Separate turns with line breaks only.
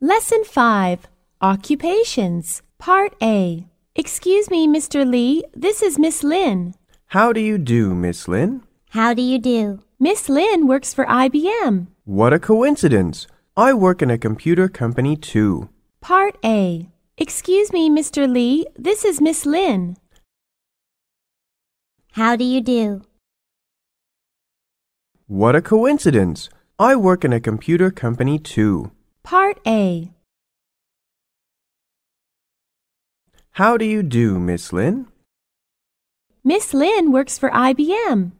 Lesson 5 Occupations Part A Excuse me, Mr. Lee, this is Miss Lin.
How do you do, Miss Lin?
How do you do?
Miss Lin works for IBM.
What a coincidence! I work in a computer company too.
Part A Excuse me, Mr. Lee, this is Miss Lin.
How do you do?
What a coincidence! I work in a computer company too.
Part A
How do you do, Miss Lin?
Miss Lin works for IBM.